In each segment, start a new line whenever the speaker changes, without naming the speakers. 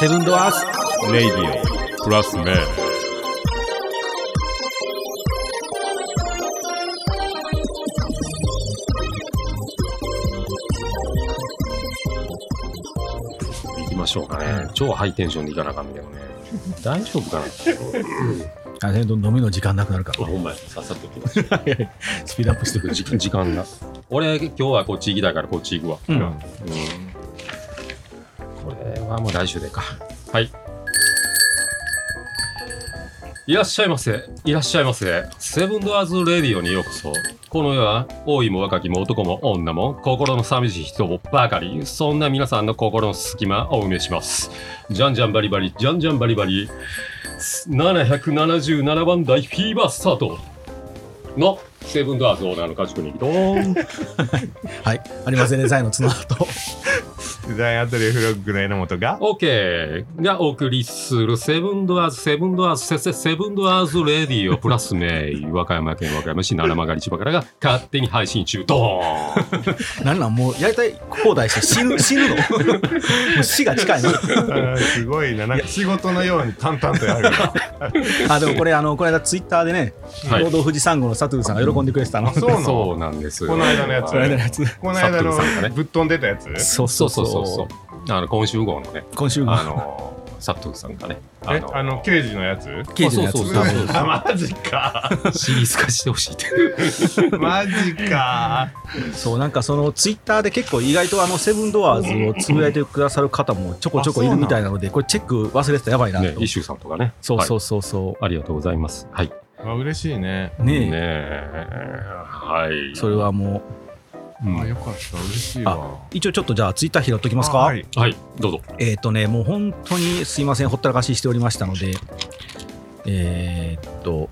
セブンドアース
レイディオプラスメン
行きましょうかね。超ハイテンションでいかなあかんけどね。大丈夫かな
あれ飲みの時間なくなるか
あ、ほんまや。さっさと行きましょう。
らスピードアップしてくる
時時間が。俺、今日はこっち行きたいからこっち行くわ。
ん
うんこれはもう来週でか。はい。いらっしゃいませ。いらっしゃいませ。セブンドアーズレディオにようこそ。この世は、老いも若きも男も女も、心の寂しい人もばかり、そんな皆さんの心の隙間を埋めします。じゃんじゃんバリバリ、じゃんじゃんバリバリ、777番台フィーバースタートのセブンドアーズオーナーの家畜にドーン。
はいあり ませんねザイの綱と
ザイアントリーフロッグの榎 本が
OK がお送りするセブンドアーズ、セブンドアーズ、セセセブンドアーズレディオプラスメ イ、和歌山県和歌山市七曲り千葉からが勝手に配信中、ドーン
なんなんもうやりたい放題して 死ぬ死ぬのもう死が近いの
あーすごいななんか仕事のように淡々とやる
あでもこれあのこの間ツイッターでね
はい
労働富士山号の佐藤さんが喜んでくれてたの、
あそうなの
そうなんですよ。
この間のやつ
この間のやつ
この間
サックルさんが
の
ね
ぶっ飛んでたやつ
そう
そうそうそうそう。あの、今週号のね、
今週
あ
も
の、佐藤さんがね、
えあの刑事のやつ
刑事のやつ
そうそうそう
多分
あマジか
シリーズ化してほしいって。
マジか
そうなんかそのツイッターで結構意外とあのセブンドアーズをつぶやいてくださる方もちょこちょこいるみたいなのでこれチェック忘れてたらやばいなと、
ね、イシューさんとかね。。
そうそううそうそ
ありがとうございます。はい。
あ嬉しいね
うねえ
ねえ。はい。
それはも
うん
あよかった嬉しいわ
う一応ちょっとじゃあツイッター拾っときますか、
あはい
はい、どうぞ。
えっ、とねもう本当にすいませんほったらかししておりましたのでえーっと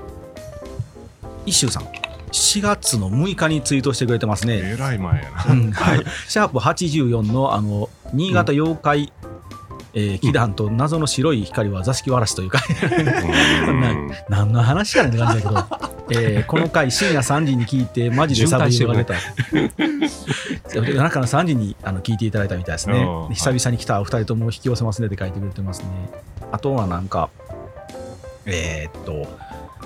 一周さん4月の6日にツイートしてくれてますね、
えらい前やな
うんシャープ84のあの新潟妖怪、えー、祈願と謎の白い光は座敷わらしというか
うん
何の話やねんって感じだ けど、えーこの回深夜3時に聞いてマジでサブイが出た夜中の3時にあの聞いていただいたみたいですね
うん
で久々に来たお二人とも引き寄せますねって書いてくれてますねあとはなんかえーっと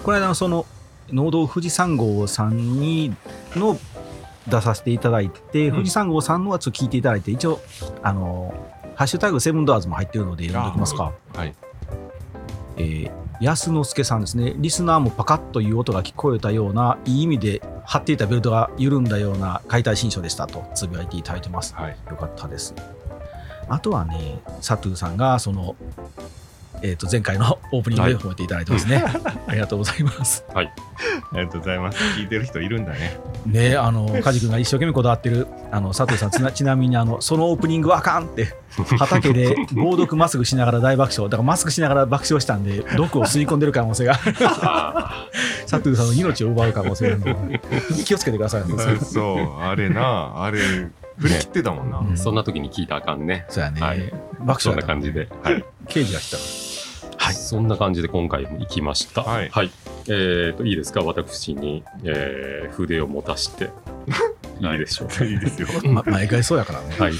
この間のその農道富士山号さんにの出させていただいて、
うん
富士山号さんのやつを聞いていただいて一応あのハッシュタグセブンドアーズも入ってるので読んでおきますか
はい
えー、安之助さんですね、リスナーもパカッという音が聞こえたような、いい意味で張っていたベルトが緩んだような解体新書でしたとつぶやいていただいてます。
はい
よかったです。あとはね、サトゥーさんがその、えー、と前回の オープニングで褒めていただいてますね。ありがとうございます。
ありがとうございます聞いてる人いるんだね
ねあの梶君が一生懸命こだわってるあの佐藤さんつなちなみにあのそのオープニングはあかんって畑で猛毒マスクしながら大爆笑だからマスクしながら爆笑したんで毒を吸い込んでる可能性が佐藤さんの命を奪う可能性があるので 気をつけてください
う
ね
んそうあれなあれ振り切ってたもんな
うん
そんな時に聞いたらあかんね。
そうやね、
はい
爆
そん
笑
な
や
感
な
じで。はい。
刑事が来たはい
そんな感じで今回も行きました。
はい
えーと、いいですか私に、えー筆を持たして。いいでしょうか。
いいですよ
ま、毎回そうやからね、
はい。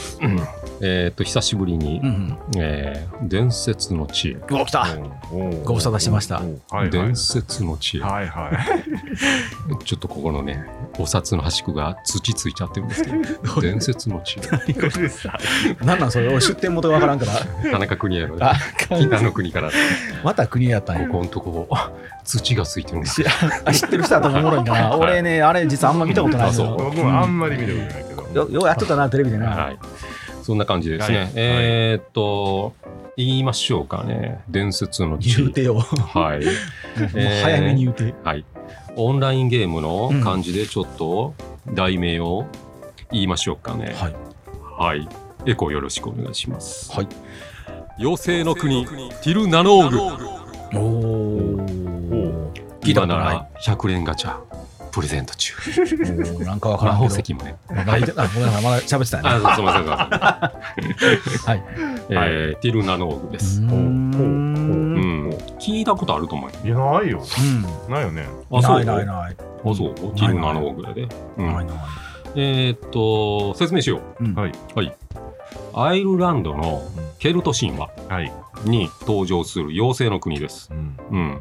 えーと、久しぶりに
う、ん
えー伝説の知恵。
うん、お来たご無沙汰してました
はいはい
伝説の知恵。
はいはい
ちょっとここのね、お札の端っこが土ついちゃってるんですけど、伝説の知恵。
なんなんそれ俺出店元がわからんから
田中邦也のね
あ
北の国から、こ
また国やったんや
このとこ、 土がついてるんですよ。
あ知ってる人だとおもろいんだな、
はい
俺ねあれ実はあんま見たことないんだよ
あそう
僕もあんまり見たことないけど
よようやっとったなテレビでな、
はい。そんな感じですね。
はい
えーっと、言いましょうかね。伝説の知恵
言うてよ、
はい。
もう早めに言うて
はい。オンラインゲームの感じでちょっと題名を言いましょうかね。
はい
はい。エコーよろしくお願いします。
はい。
妖精の国、ティルナノーグ。
おお聞いたこ
今
と
な
ない
ら100連ガチャ、プレゼント中。
おなんかわから
魔
ん
法
けど
石もね。
泣いてあごめんなさいまだ喋ってたね
あ、そうすみません、すみません。
はい
えーティルナノーグで
う
す。
ー
うんん。聞いたことあると思うよ。
いやないよ
うん
ないよね
あ、そう
ないないない
あ、そう。ティルナノーグやで。う
ない
ん。
ない
えーっと、説明しよ。
うん
はい
はい。アイルランドのケルト神話
はい。
に登場する妖精の国です。
うん。
うん。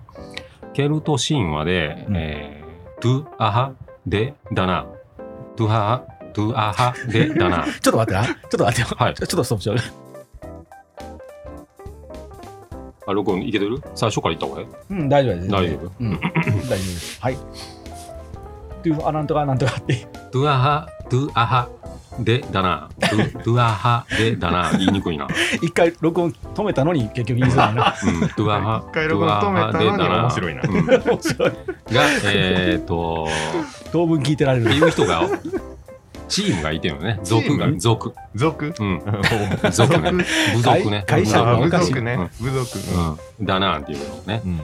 ケルト神話で、
うん
えートゥアハデダナ。トゥハハ、トゥアハデダナ。
ちょっと待ってな。ちょっと待ってよ。
はい
ちょちょっとストップしよう。
あ、録音いけてる最初から言った方がいい
うん、大丈夫です。
大丈夫
うん大丈夫です。はい。トゥーあ、なんとかなんとかって。
トゥアハ、トゥアハデダナ。トゥ トゥアハデダナ。言いにくいな。
一回録音止めたのに結局言いそうだ な。
うん、トゥア ハ。
一回録音止めたの
ト
に
ゥアハ
面白いな
デダナうん
面白い。
が、えーっと、
当分聞いてられる。
言う人が、チームがいてるのね。族が
チー、ム
族。
族
うん。
お
族ね。部族ね。
会会社
あ
の
部
昔
族ね。部族。
うん、ダナーンっていうのね。
うん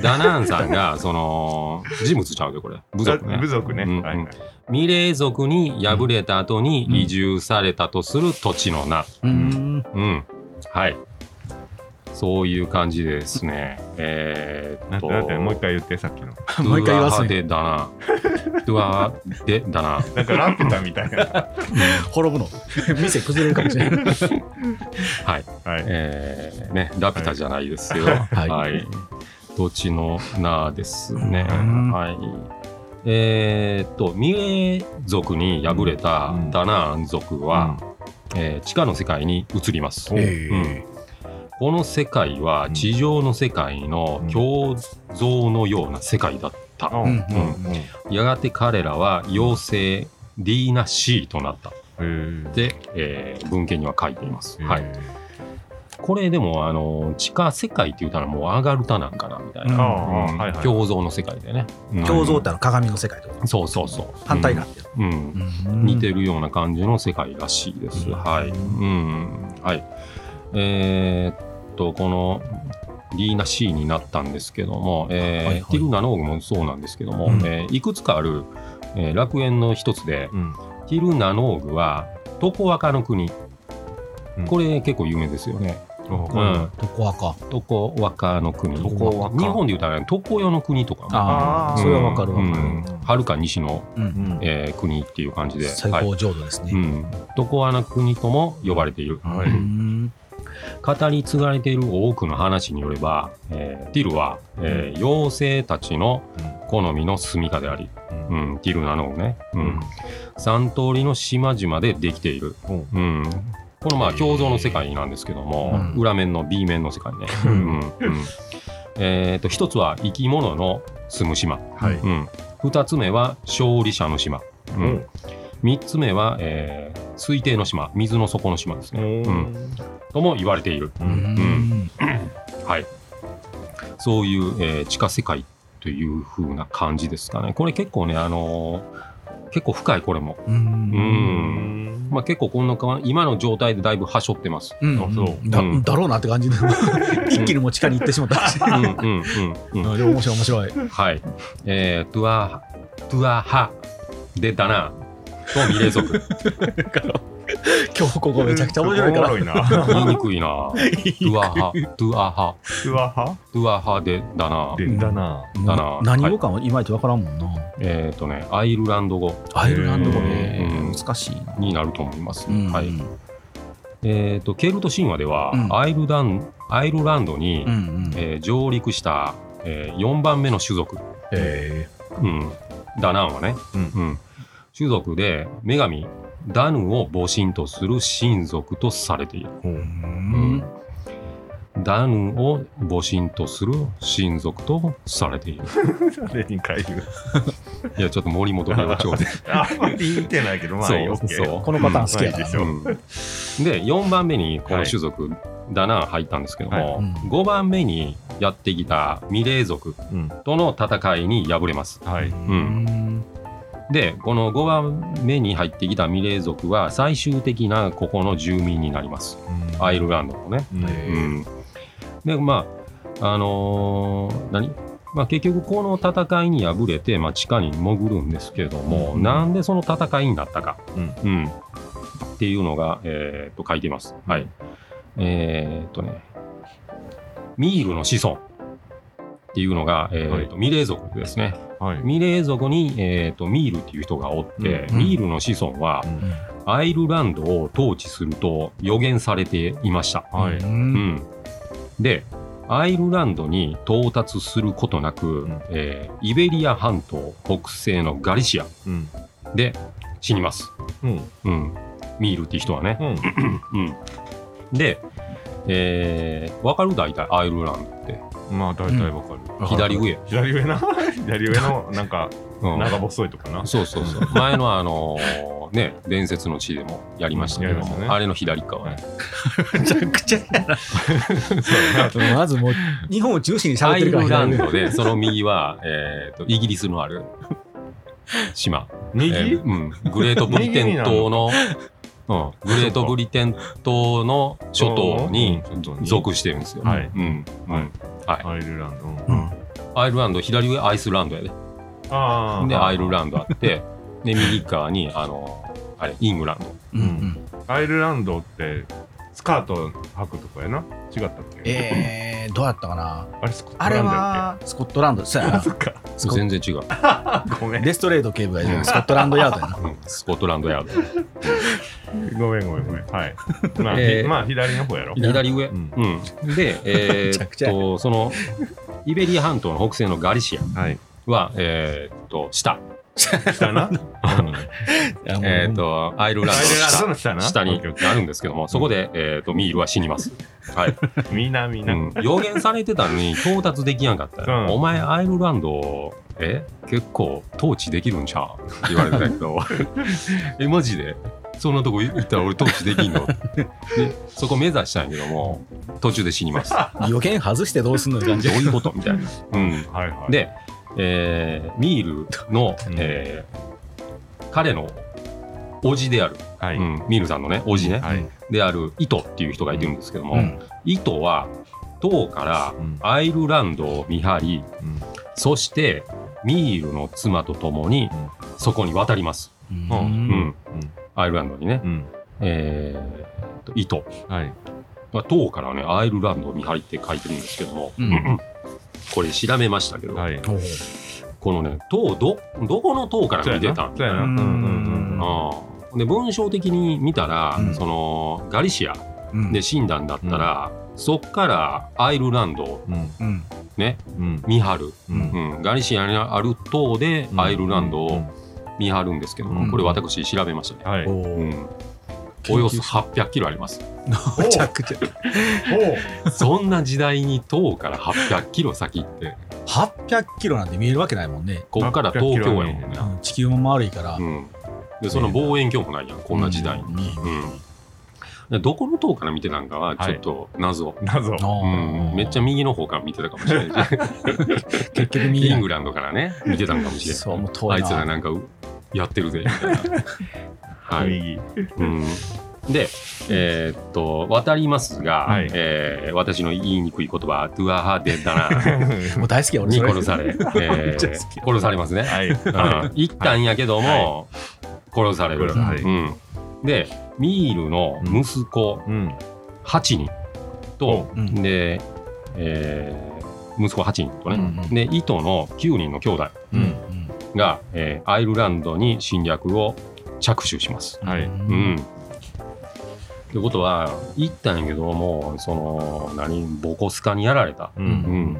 ダナーンさんが、その、事務ちゃうで、これ。部族ね
部。族ね。
うん
はいはい
ミレー族に敗れた後
うん
に移住されたとする土地の名。
う
うん
ん。
うん。はい。そういう感じでですね。えー
な
っ
んて
と、
なんてもう一回言ってさっきの。
もう一回言わ
ドゥアハ
すね。
デダナーン。ドゥアハデダナーン。
なんかラピュタみたいな。
滅ぶの。店崩れるかもしれない。
はい。
はい。
えーね、ラピュタじゃないですよ。
は
はいい。土地の名ですね。
うん
はい。えーっと、ミレー族に敗れた
うん
ダナーン族は、えー地下の世界に移ります。うんこの世界は地上の世界の共像のような世界だった。
うん
うん
うんうん
やがて彼らは妖精ディーナ・シーとなったっ
へー
て、えー文献には書いています。
へー
はい。これでもあの地下世界って言ったらもうアガルタなんかなみたい
うん
な、
ああ
うん
はいはい。
共像の世界でね
共像っ
と
てあの鏡の世界と
そうそうそう
反対側って。
うん、うん似てるような感じの世界らしいです、
うん
はい、うん、はいえーっとこのリーナ C になったんですけども、えー
はいはい
ティルナノーグもそうなんですけども、
うん
えーいくつかある、えー楽園の一つで
うん
ティルナノーグはトコアカの国、
うん
これ結構有名ですよね、う
あ
ん、
とこわか。
とこわかの国
とこわか
日本で言うたらねとこよの国とかも
ああ、それはわかるわ
う
か
ん
る。
はるか西の、
うん。
うん
えー国っていう感じで
最
はい
高浄土です
う
ね。
ん、とこわの国とも呼ばれている
は
う
い
ん
語り継がれている多くの話によれば、えーティルは、えー妖精たちの好みの住みかであり、
うん
うん、ティルなのをね、う
うんん
3通りの島々でできている、
うん
うん、このまあ
へー
共像の世界なんですけども、
うん
裏面の B 面の世界ね、
う
うんんうんえーと一つは生き物の住む島、
はい。
うん、二つ目は勝利者の島、う
うん
ん、三つ目は、えー水底の島水の底の島ですね、うん、とも言われている、
うん
はい、そういう、えー地下世界という風な感じですかねこれ結構ね、あのー結構深いこれも、
う
うんんまあ、結構こんなか今の状態でだいぶはしょってます。
うん
あそう
だ
うん
だろうなって感じで 一気にもう地下に行ってしまったし
うんうんうん
うんで も面白い面白い。
うん、はい、えー、トゥアトゥアハでだなとミレー族
今日ここめちゃくちゃ面白いから。
おもろいな。
言い にくいなトゥアハトゥアハ
うわは
トゥアハでだな
でだな。
だな
何語かもいまいちわからんもんな。
えっ、とねアイルランド語
アイルランド語
へ
ね
ー
難しいな。
になると思います、
うん
はいえー、とケルト神話では、
うん
アイルランアイルランドに、
うんうん
えー上陸した、え4番目の種族、
へ
うん、ダナンはね、
うん
うん種族で女神ダヌを母神とする神族とされている、う
ー
んダヌを母神とする神族とされている
誰に回遊。
いやちょっと森本寮長で
あんまり言ってないけど、 まあ、
そう
オッケー
そう
このパターン好き
まあい
や
い
か
で
ら
し。ょう。
うんで4番目にこの種族、ダナン入ったんですけども、
はいうん
5番目にやってきたミレー族
うん
との戦いに敗れます
は
う
い。
ん
でこの5番目に入ってきたミレー族は最終的なここの住民になりますアイルランドのね、
うん
え
うん、でまああのー何まあ、結局この戦いに敗れて、まあ、地下に潜るんですけども、
うん
なんでその戦いになったか、
うん
うんっていうのが、えーっと書いています。はい、えーっとねミールの子孫っていうのが、えーっとミレー族ですね。
はい。
ミレー族に、えー、とミールっていう人がおって、
うん
ミールの子孫は
うん
アイルランドを統治すると予言されていました。
はいう
うんん、でアイルランドに到達することなく、
うん
えーイベリア半島北西のガリシア
うん。
で死にます、
うん。
うん、ミールっていう人はね。
うん。
うん、で、えー、分かる大体アイルランドって
まあ、大体わかる。
左上、
左上な左上の、なんか、
うん、
長細いとかな。
そうそうそう。 前のあのーね、伝説の地でもやりましたけど
やりまし
も、
たね
あれの左側ね。
めちゃくちゃや なまずもう日本を中心に喋
ア
って
イ
るから
ルラン
左
ドで、その右は、えーと、イギリスのある島。え
右、
ーうん。グレートブリテン島の、うん。グレートブリテン島の諸島に
うん諸島に
属してるんですよ。
はい
うん。うん。はい。
アイルランド。うん
うん
アイルランド、左上アイスランドやで。
あ
で、アイル
ン
ランドあって、で、右側に、あのー、あれ、イングランド。
うんうん
ド。アイルランドって、スカート履くとかやな。違ったっけ
えー、どうやったかな
あれ、スコッ
あ
ト
れ
ランドやっ
はスコットランドそうや
け
な
そっか。
スコ
全然違う。
ごめん。
デストレート警部がいるスコットランドヤードやな
うんスコットランドヤード。
ごめんごめんごめん。はい。まあ、ひ
えー
まあ左の方やろ。
左上、
う
うんんで、え
ちゃ
ー
くちゃ
っとそのイベリア半島の北西のガリシ
はい。
アは、えーっと下、
下な。うん
いやもう
えーっとアイルラン
アイルランド
ド
の
の
下な
下下になるんですけどもそこで、えーっとミールは死にます、はい
南
う
な。
ん、予言されてたのに到達できなかったよ、
うん
お前アイルランドえ結構統治できるんちゃうって言われてたけどえマジでそんなとこ行ったら俺統治できんのでそこ目指したんやけども途中で死にます
予見外してどうすんのよ感じ
どういうことみたいな。うん、
はいはい。、
で、えーミールの、
うん
えー彼の叔父である、。
はいう
ん、ミールさんのね叔父ね、
はい。
であるイトっていう人がいてるんですけども、
うん
イトは唐から
うん
アイルランドを見張り
うん
そしてミールの妻と共に
うん
そこに渡ります、
うん
う
うんん、アイルランドにね、
うん。
えーとイト
はい。
まあ唐からねアイルランドを見張りって書いてるんですけども、
うん
これ調べましたけど、
はい。
おう
このね唐どどこの唐から見てたん
そうやな。
う
うんんうんうん。
ああで文章的に見たら、
うん
そのガリシア
うん
で死んだんだったら、そっからアイルランドを
うん
うん
ね
うん
見張る、
う
うん
ん
うん、ガリシアにある島でアイルランドを見張るんですけども、
うん
これ私調べましたね、
はい。
お
お
う
うん、およそ800キロあります
めちゃくちゃ
そんな時代に島から800キロ先って
800キロなんて見えるわけないもんね、
こっから東京やもんね、
うん、地球も丸いから、
うん、でその望遠鏡もないやんこんな時代に、
に、
うんでどこの塔から見てたんかはちょっと謎、
謎。
う
あ
ん
ー
めっちゃ右の方から見てたかもしれないし
結局見え
イ
な
ン
い
グランドからね見てたんかもしれない
そうもう遠いな
あいつらなんかうやってるぜみたいなはい、
右。
うん、でえーっと渡りますが、
はい
えー私の言いにくい言葉「ドゥアハデンだな
もう大好きや」俺
に
それ
殺され、え
めっちゃ
ー
好き
殺されますね
はい。
うん行ったんやけども、殺される、
殺される
うん、でミールの息子
うん。
8人と、
うん
で、えー息子8人とね、
うんうん
で糸の9人の兄弟
うん
が、えーアイルランドに侵略を着手します。
うん
はいう
うんんってことは行ったんやけどもうその何ボコスカにやられた
う
うん。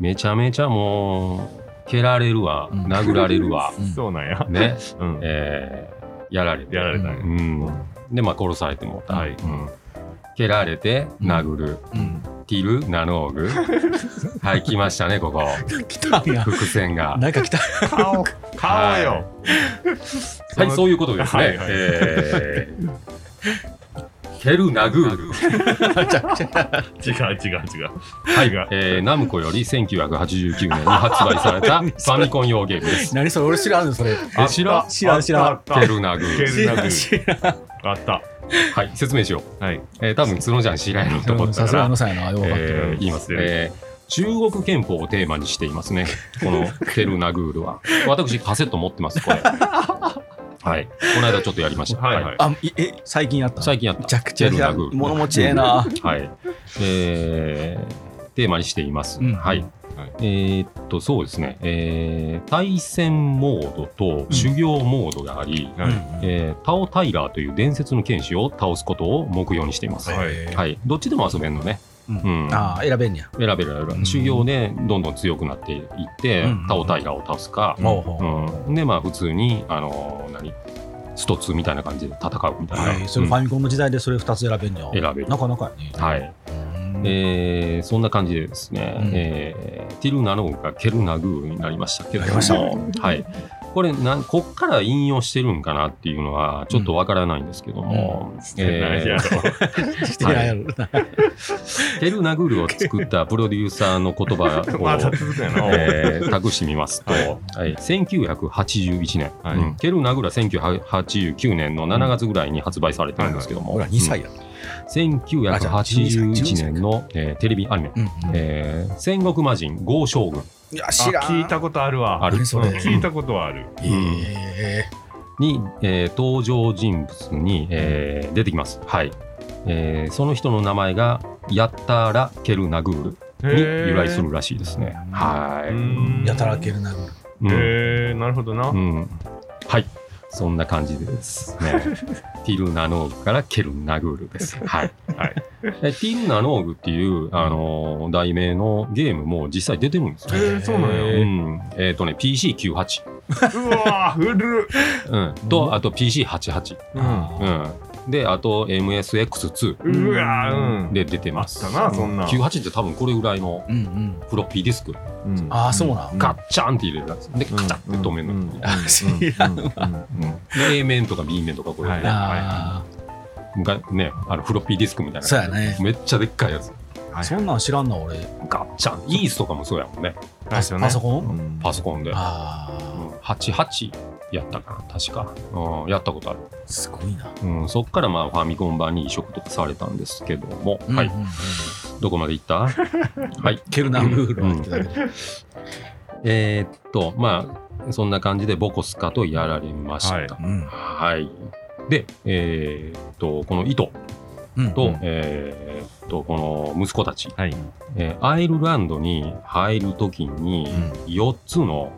めちゃめちゃもう蹴られるわ
うん
殴られるわ、
そうなんや。
ね
うん。
えーやられて
やられたんや。
うん、でまあ殺されてもうた、
はい
うん蹴られて殴る、
うん
ティル・ナノーグはい来ましたねここ
来たんや
伏線が
なんか来た
顔。顔よ。
はいそういうことですね、
はいはい
えー蹴る殴る、
違う違う違う。
はい
違う
えーナムコより1989年に発売されたファミコン用ゲームです
何それ俺知らんのそれ
え知らん
知らん知らん
蹴
蹴
る
る殴
蹴
る
るなぐ
知らん
あった。
はい説明しよう、
はい。
えー多分角ちゃん知らないと思
う
っ
ん
た
さす
か
があ
ら
のさやなよう分かってる
えー言いますね、えー中国憲法をテーマにしていますね、このテルナグールは。私、カセット持ってます、これ。はい、この間ちょっとやりました。
はいはい
あいえ最近やった
最近
近
やっ
め
た。
ちゃくちゃ
テル
や
ナ
る
グール
物持ちええな
はいえーテーマにしています。
うん
はい
はい
えーっと、そうですね、えー対戦モードと修行モードがあり、
はい
えータオタイガーという伝説の剣士を倒すことを目標にしています。
はい
はい、どっちでも遊べるのね。
うん
うん
ああ、選べんねや。
選べる選べ
う
る
ん
修行でどんどん強くなっていって、
うん
タオタイガーを倒すか、
ほうほう
うん、でまあ普通にあの何ストツーみたいな感じで戦うみたいな、
はい、それ
うん
ファミコンの時代でそれ2つ選べんねや。
選べる
なかなかやね。
はい
うん
えーそんな感じでですね、
うん
えーティルナのがケルナグーになりましたけれど
なりました
も、はい、これなんこっから引用してるんかなっていうのはちょっとわからないんですけども、えー
してやるな
テルナグーを作ったプロデューサーの言葉
また
を
続くやな。
えー託してみますと、はい1981年、
はい
うんケルナグラ1989年の7月ぐらいに発売されてるんですけども、
ほら、2歳や。
うん1981年の、えーテレビアニメ、
うん
えー戦国魔人豪将軍
いや、
あ
知らん。
聞いたことあるわ。
ある
うん
それ
聞いたことはある。
え
に、えー登場人物に、えー出てきます、はいえーその人の名前がヤッターラ・ケルナグールに由来するらしいですね
へー
はい、
うん
ーやたらけるな。
うん
へえ、なるほどな
う。ん、はい、そんな感じでです ね。ティルナノーグからケルナグールです。はい。
はい
でティルナノーグっていう、あのー題名のゲームも実際出てるんです
へ
よ。
え、そうなん
へ
や。
うん、えっ、とね PC98、
うわー、古っ。
うん、
うん
とあと PC88、
うん
うん、であと MSX2
うわー、うん。
で出てます
あったなそんな
98って多分これぐらいの
うんうん。
フロッピーディスク
うん
ああ、そうなん。
ガッチャンって入れるやつでカチャって止めるの、
うん
で
あ知らんわ
うんうん
A 面とか B 面とかこれ、
はい
あ
がね、あのフロッピーディスクみたいな。
そうやね
めっちゃでっかいやつ。
あ、
はい
そんなん知らんな、俺。
ガッチャン。イースとかもそうやもんね。
最初ね
パソコン
うん
パソコンで。うん
あ
88やったかな、確か。うん、やったことある。
あ、すごいな。
うん、そっからまあファミコン版に移植とかされたんですけども。
うん
は
う
い
ん。うん
どこまで行った はい。
ケルナグールは言ってたけど
えーっと、まあ、そんな感じでボコスカとやられました。は
はい
い。
うん
で、えーっと、この糸
うん
と、
うん
えーっと、この息子たち。
はい
えーアイルランドに入るときに
うん
4つの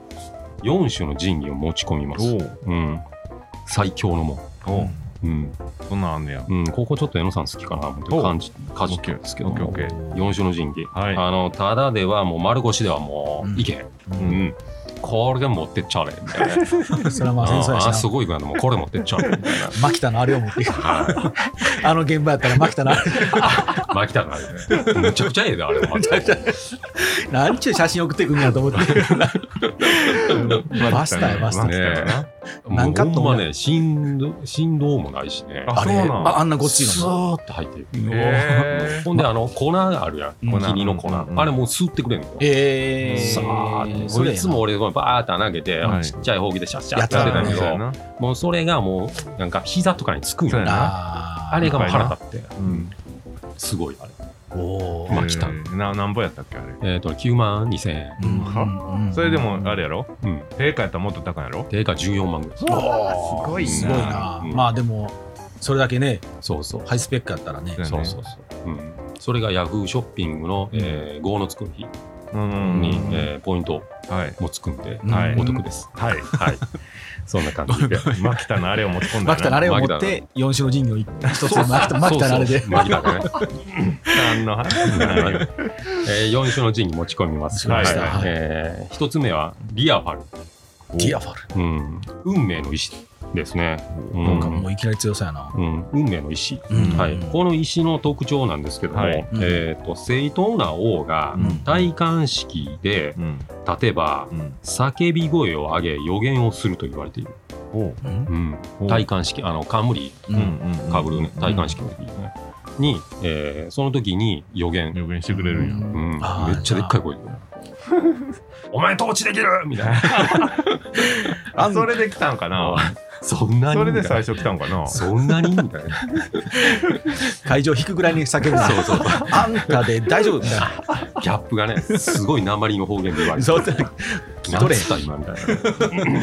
4種の神器を持ち込みます、うん、最強のも
おう
うん、
そんなんあんねや
うん、ここちょっと江野さん好きかな思って
お
感じ感じたんですけど
オッケーオッケーオッケー
4種の神器、
はい
あのただではもう丸腰ではも
うん
ういけへん、
う
うん
ん
これで持ってっちゃれみたいなね、
それはまあ戦争
あ
や
ー
し
す
な。
ごいなもうこれ持ってっちゃれみたいな
マキタのあれを持っていく。
は
あの現場やったらマキタのあれ。
い巻きたくなるねむちゃくちゃええであれ巻きたく
なんちゅう写真送ってくんやと思って。バスターやバスター
ねえ
なんか
もうほんま
と
ね振動振動もないしね
あ
あれ、
そうなん
ああんなごっちい
ス
の。
ーって入っていく。
へー
ほんで、あの、粉あるやん。
うん
お気に入りの粉。
うんうん
あれもう吸ってくれんの。
ええ。
さー
そ
って。
れ
いつも俺、バーって穴開けて、
はい
ちっちゃいほうきでシャッシャッっ
やっててた
やってたんやけ
ね
そうや
ど、
な
もうそれがもう、なんか膝とかにつくんよ
そうやな
な。
あ
あれがもう腹立って。
うん
すごい、あれ。
おお。
まあ来た
えーななんぼやったっけあれ
えっと、9万2000円。
はそれでもあれやろ
うん。
定価やったらもっと高いやろ
定価14万ぐらい。
おー
すごいな
すごいな、
うん
まあでもそれだけね
そうそう。
ハイスペックやったらね
だよね
そうそうそう。うん。それがヤフーショッピングの、えー、5のつく日
うんうん
に
う、ん
えーポイント
はい
もつくんで、
はい
うん
お得です。
はい
はい。そんな感 じで。
マキタのあれを持ち込んだ
マキタのあ
れ
れを持って四種の神器を一つマキタマキタのあれで
そうそうマキタがね。
何の話ないよ
えー、4種の陣に持ち込みます。
はい
はいえー一つ目はリアファル、
ディアファル、
うん、運命の石ですね。う
なんか
ん
もういきなり強さやな、
うん、運命の石、
うん
はい、この石の特徴なんですけども、
はい
えー、と正当な王が
うん
戴冠式で
うん
立てば
うん
叫び声を上げ予言をすると言われている、
おう
うん
うん、
お
戴冠式あの冠
うん
うん
かぶるね戴冠式の時ね、に、えーその時に予言
予言してくれるんや
うん
うん、
あ
め
ー
っちゃでっかい声で。 お前統治できるみたいな。
あそれで来たんかな
そんなに
それで最
初。
初来たんかな
そんなにみた いな。
会場引くぐらいに叫ぶな
そうそう そう。
あんたで大丈夫みたいな
ギャップがね、すごい鉛の方言で言われ て。
そうだ
なんつった今みたい な。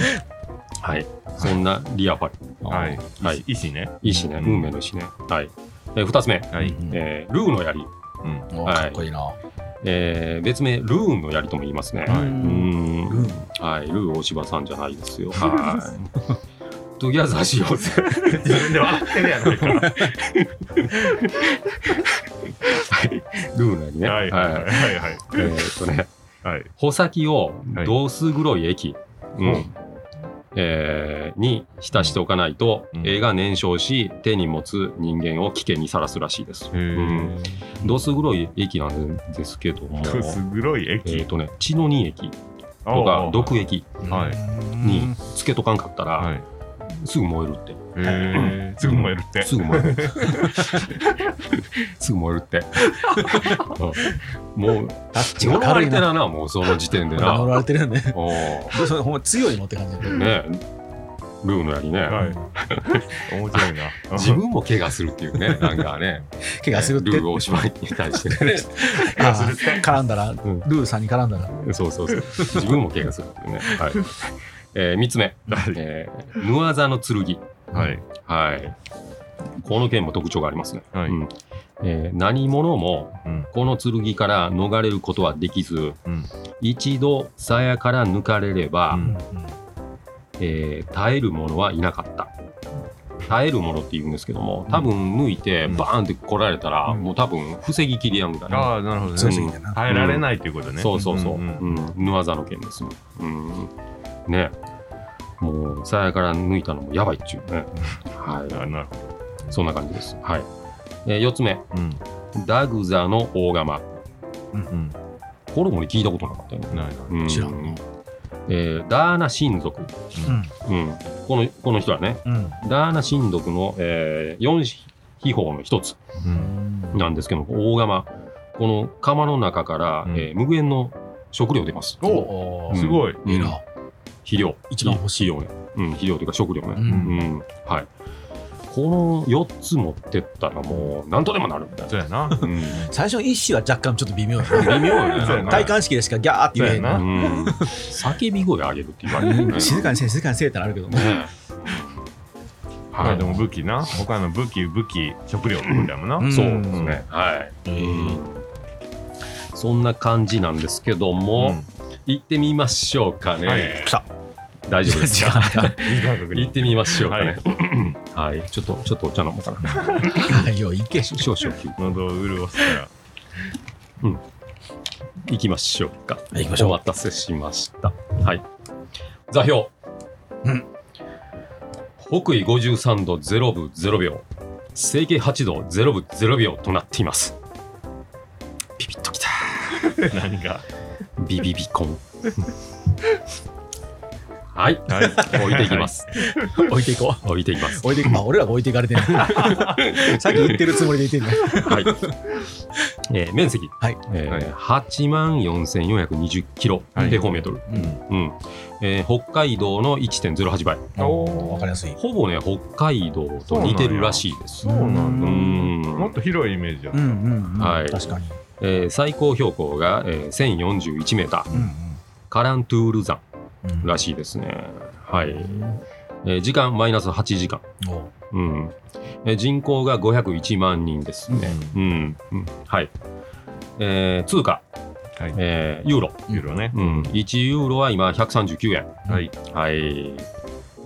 はい。そんなリアファル。
はい
はい。
石ね
いいしね。
うん
運命の石ね。はい。えー、二つ目。
はい
うん
えールーの槍。
うん
おーかっこいいな、
ええー別名ルーンの槍とも言いますね。
はい
うん
ルー
はい、ルー大柴さんじゃない ですよ。はい。とギャザーしようぜ。
自分で笑ってるやないか。は
ルーナにね。
いはいはいはい
えーっとね、
はい。
穂先を
はい
同数黒い液、うん
うん
えーに浸しておかないと、
うん
絵が燃焼し手に持つ人間を危険にさらすらしいです。うん
へ
同数黒い液なんですけども、
え。とす黒い
えー
液
っとね、血の2液と
おう
か
おう
毒液
はい
につけとかんかったら、
はい。
すぐ燃えるって。
へえ。すぐ燃えるって。
すぐ燃える。すぐ燃えるって。うんもう、
タッチ
呪
が
わ
軽
れ
い
て
な。
るな、もうその時点でな。
呪
お
われてるよね。
ー
どう それほんま強いのって感じだけど。
ねルーのやりね、
はい。面白いな。
自分も怪我するっていうね、なんかね、
怪我するって
ルー。大島に対してね。
怪我するって。
絡んだら、ル
ん
ーさんに絡んだら。
そうそうそう。自分も怪我するっていうね。はい。えー、3つ目、えー、無技の剣。
はい。
はい。この剣も特徴がありますね。
はい
うんえー何者も
うん
この剣から逃れることはできず、
うん
一度鞘から抜かれれば、
うん
えー耐える者はいなかった。耐える者って言うんですけども、多分抜いて
うん
バーンって来られたら、
うん
もう多分防ぎきりやんみたいな。
ああ、なるほど
強
ね。
すぎてな。
耐えられないということね。
そうそうそう。うん
ん
ぬわざの件ですね。うん。ね。もう、鞘から抜いたのもやばいっちゅうね。はい。
あなるほ
そんな感じです。はい。え4つ目、
ど。うん
ダグザの大釜。
うん。
これも俺聞いたことなかったよね。
ないな。
うん
知らんの
えーダーナ親族。
うん
うん。この、この人はね、
うん
ダーナ親族の、えー、4秘宝の一つ
うん。
なんですけど、大釜。この釜の中から、
うん
えー無限の食料出ます。
お
うん
すごい。
うん
いいな。
肥料。
一番欲しい
肥料ね。うん、肥料というか食料ね。
うん
うん。はい。この4つ持ってったらもう、なんとでもなるみたいな。
そうやな。
うん。
最初の一種は若干ちょっと微妙やな
微妙よね
そ
な
うや
ん
な
か
体感式でしかギャーって言えへ
そ
ん
う
な。
うん。叫び声上げるって言われるよ ね。
静かにせえ、静かにせえってなるけどね。
ねえ
まあでも武器な。他の武器、武器、食料みたいなもんな。
ん
そうですね。はい。そんな感じなんですけども、行ってみましょうかね。
はい
来た。
大丈夫ですか。
いい感覚
行
に
っ。てみましょうかね。はい、ちょっと、ちょっとお茶飲もうかな。
はい、よ、いけ。
少々休
喉を潤すから。
行きましょうか。
はい行きましょう
お待たせしました。はい。座標。
うん
北緯53度0分0秒、整形8度0分0秒となっています。ビビッときた。
何が。
ビビビコン。 はい、
はい。
置いていきます。
置いていこ
置いていきます。
う。置いていく。まあ、俺らが置いていかれてる。 さっき言ってるつもりで言ってるね。
はい。えー面積。
はい
え
はい
ー、8万4420キロ
はい
平方メートル。
うん。
うん。えー北海道の1.08倍。
おー
わかりやすい。
ほぼね、北海道と似てるらしいです。
そうなん
う
だ。
ん
もっと広いイメージや
う。んうんうん。
はい
確かに。
えー最高標高が、えー1041メーター。
うん
カラントゥール山
うんうん。
らしいですね。はい。えー時間マイナス8時間。
おう
うん。えー人口が501万人ですね。うん。うんはい。えー通貨、
はい。
えーユーロ。
ユーロね。
うん、1ユーロは今139円。
はい。
はい。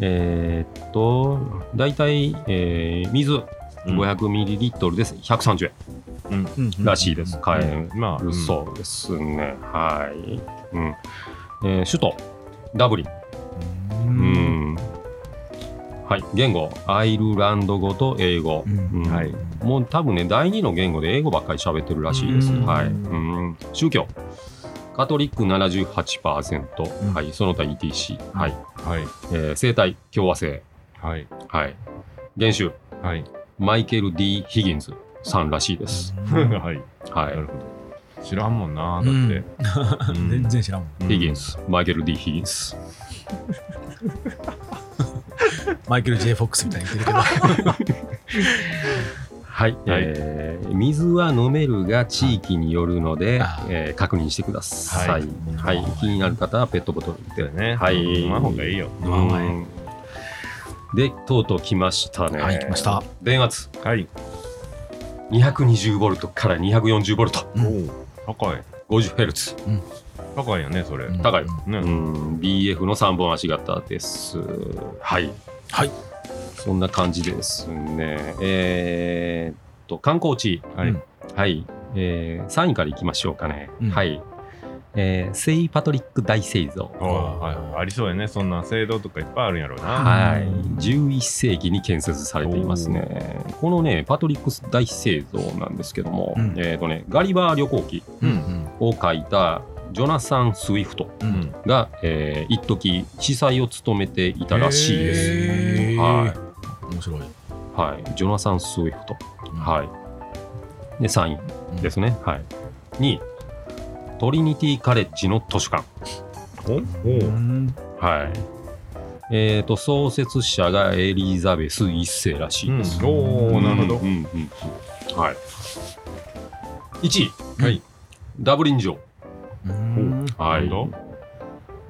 えーっと、大体、えー、水
うん
500ミリリットルです。130円
うんうん
らしいです。買え
まあ、
る
う。
そうですね。はい。うん。えー首都、ダブリン。
う。
うんん。はい。言語、アイルランド語と英語。
うん
うん
はい。
もう多分ね、第二の言語で英語ばっかり喋ってるらしいです。
うん
はい。うん。宗教。カトリック78%、
うん
はい、その他 ETC、はい
はい。
えー、生体共和制、
はい。
はい、原種
はい。
マイケル・ D ・ヒギンズさんらしいです、
はい。
は
ないるほど。知らんもんな、だ
う
っ
ん
て。うん
全然知らんもん。
ヒギンスマイケル・ D ・ヒギンス
マイケル・ J ・フォックスみたいに言って るけど。
はい、えー水は飲めるが地域によるので
あ、
えー確認してください、は
はいい
気になる方はペットボトル
だ
で
よね。
はい
飲まんほうがいいよ。
飲まない
うんでとうとう来ましたね、
はい、来ました。
電圧
はい。
220ボルトから240ボルト
うん
おお。高い。
50Hz
高いよね、それ。
うん
高いよ
ね、
うん、BF の3本足型です。はい。
はい。
そんな感じですね。えーっと、観光地。
はい、
うん
はい。えー、3位からいきましょうかね。
うん
はい。えー、セイ・パトリック大聖像。
ああはいありそうやね、そんな聖堂とかいっぱいあるんやろうな。
はい
うん。
11世紀に建設されていますね。このね、パトリック大聖像なんですけども、
うん
えーっとね、ガリバー旅行記
うん
を書いたジョナサン・スウィフト。
うんうん
が、えー、一時司祭を務めていたらしいです。
へー
は
面白い。
はい、ジョナサン・スウィフト。
い。
はい、で、3位です
ね。
ね。はい、2位、トリニティ・カレッジの図書館。
おお
うん
はいえー、と創設者がエリザベス一世らしいです。
うんおーなるほど
うんうんうんうんはい、1位、
はい
ダブリン城。
うん
は
なるほ
い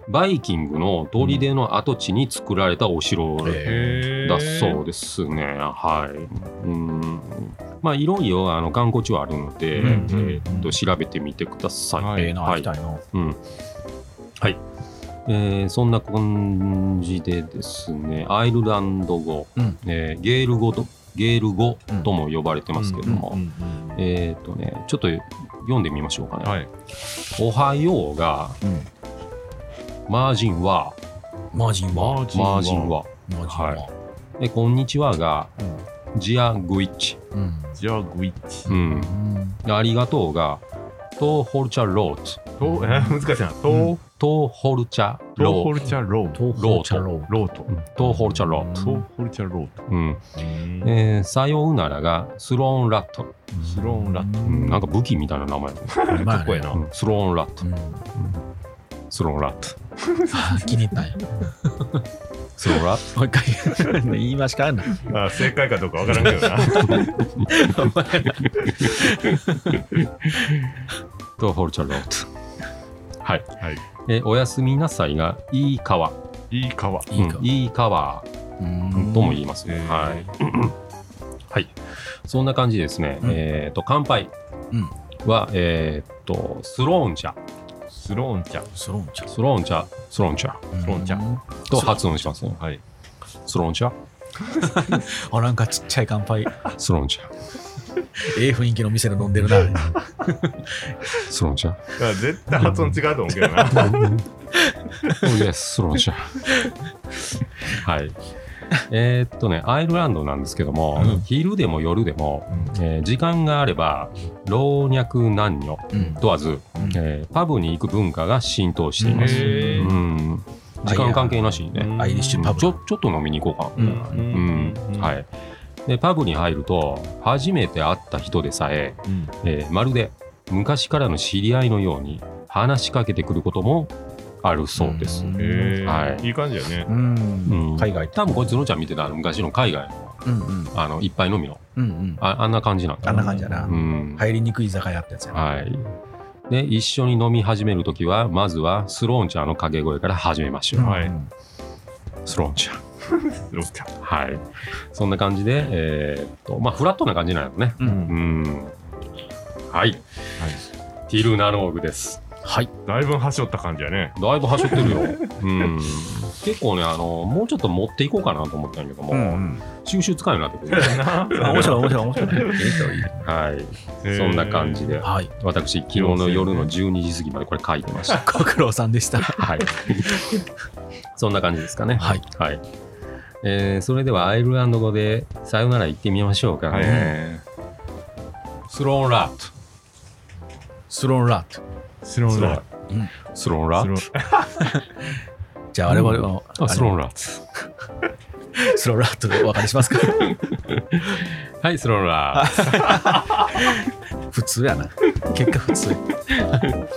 バイキングの砦の跡地に作られたお城
へー
へー
だそうですね。はい。うん。まあ、いろいろあの観光地はあるので、
うんうんうん
えーっと調べてみてください。
はい
ええな、
は
行
い
きたいな。
うん。はい。えーそんな感じでですね、アイルランド語、
うん
えーゲール語と、ゲール語とも呼ばれてますけども、
うん
えーっとね、ちょっと読んでみましょうかね。
はい。
おはようが、
うん
マージンは、
マージンは。
ー
マージンは、
マージンは。
で、こんにちはが、ジアグイッチ。
うん
ジャグイッチ。
うん。でありがとうが、トーホルチャロート。
とえ 難しいな。と
トーホルチャ
トー
ロ
ホ
ー
ルチャロート。
東方茶楼。
ロート。
ト。トーホルチャロー
ト
ト。
ーホルチャロート。
うん。
うん
えーさようならが、スローンラット。
スローンラッ
うん、なんか武器みたいな名前、
うまいね
かっこええな
う。んスローンラット。
うん
スローンラット。
気に入ったんや。
スローンラッ
もう一回言いましかあんな。
あ正解かどうかわからんけどな。
ト。トーホルチャロート。はい。
はい。
えーおやすみなさいが、いい川。
いい川。
いいか
うん。いい川
うん
とも言いますね。
うん
はい。はい。そんな感じですね。
うん
えっと、乾杯
うん
は、えっと、スローン茶。
スローンチャ。
スローン茶。
スローン茶、スローン茶
うん
スローン茶
と発音しますね。
はい。
スローン茶、
あ、なんかちっちゃい乾杯。
スローン茶、
ええ雰囲気の店で飲んでるな。
スローン茶。
だから絶対発音違うと思うけど な。
そうです、スローン茶。はい。えーっとね、アイルランドなんですけども、
うん
昼でも夜でも、
うん
えー時間があれば老若男女
うん
問わず、
うん
えーパブに行く文化が浸透しています。
へー
うん、時間関係なしにね、
アイリッシュパブ
ちょちょっと飲みに行こうかみたいな。
うん
うん
うん
はいでパブに入ると初めて会った人でさえ
うん
えーまるで昔からの知り合いのように話しかけてくることもあるそうです。
うん
へ
はい
ーいい感じやね。
うん
うん
海外って
多分こいつのちゃん見てたあの昔の海外の
うんうん
あのいっぱい飲みの
うんうん
ああんな感じなんだ
あんな感じやな
うん
入りにくい居酒屋ってやつやな
はいで一緒に飲み始めるときはまずはスローン茶の掛け声から始めましょう、
はい
うん
スローン茶
スローンチャ。
はいそんな感じでえーっとまあフラットな感じなのね
うん
うんはい、ティルナノーグです
はい
だいぶ端折った感じやね。
だいぶ端折ってるよ、うん、結構ねあのもうちょっと持っていこうかなと思ったんやけども、収集つかんようになってくる、
な
あ面白い面白い面白いいいといい
はい、
へー
そんな感じで
はい
私昨日の夜の12時過ぎまでこれ書いてました
ご苦労さんでした
はい そんな感じですかね
はい
はいえーそれではアイルランド語でさよなら言ってみましょうかね、スローンラッ
スローンラット
スロ
ト
ーンラ
スローンラ
ッ
ッ
ト
ト
スロー
じゃあ我々は
あスローン
ラ
ラット
ットスローンラットでお別れしますか
はいスローンラット
普通やな結果普通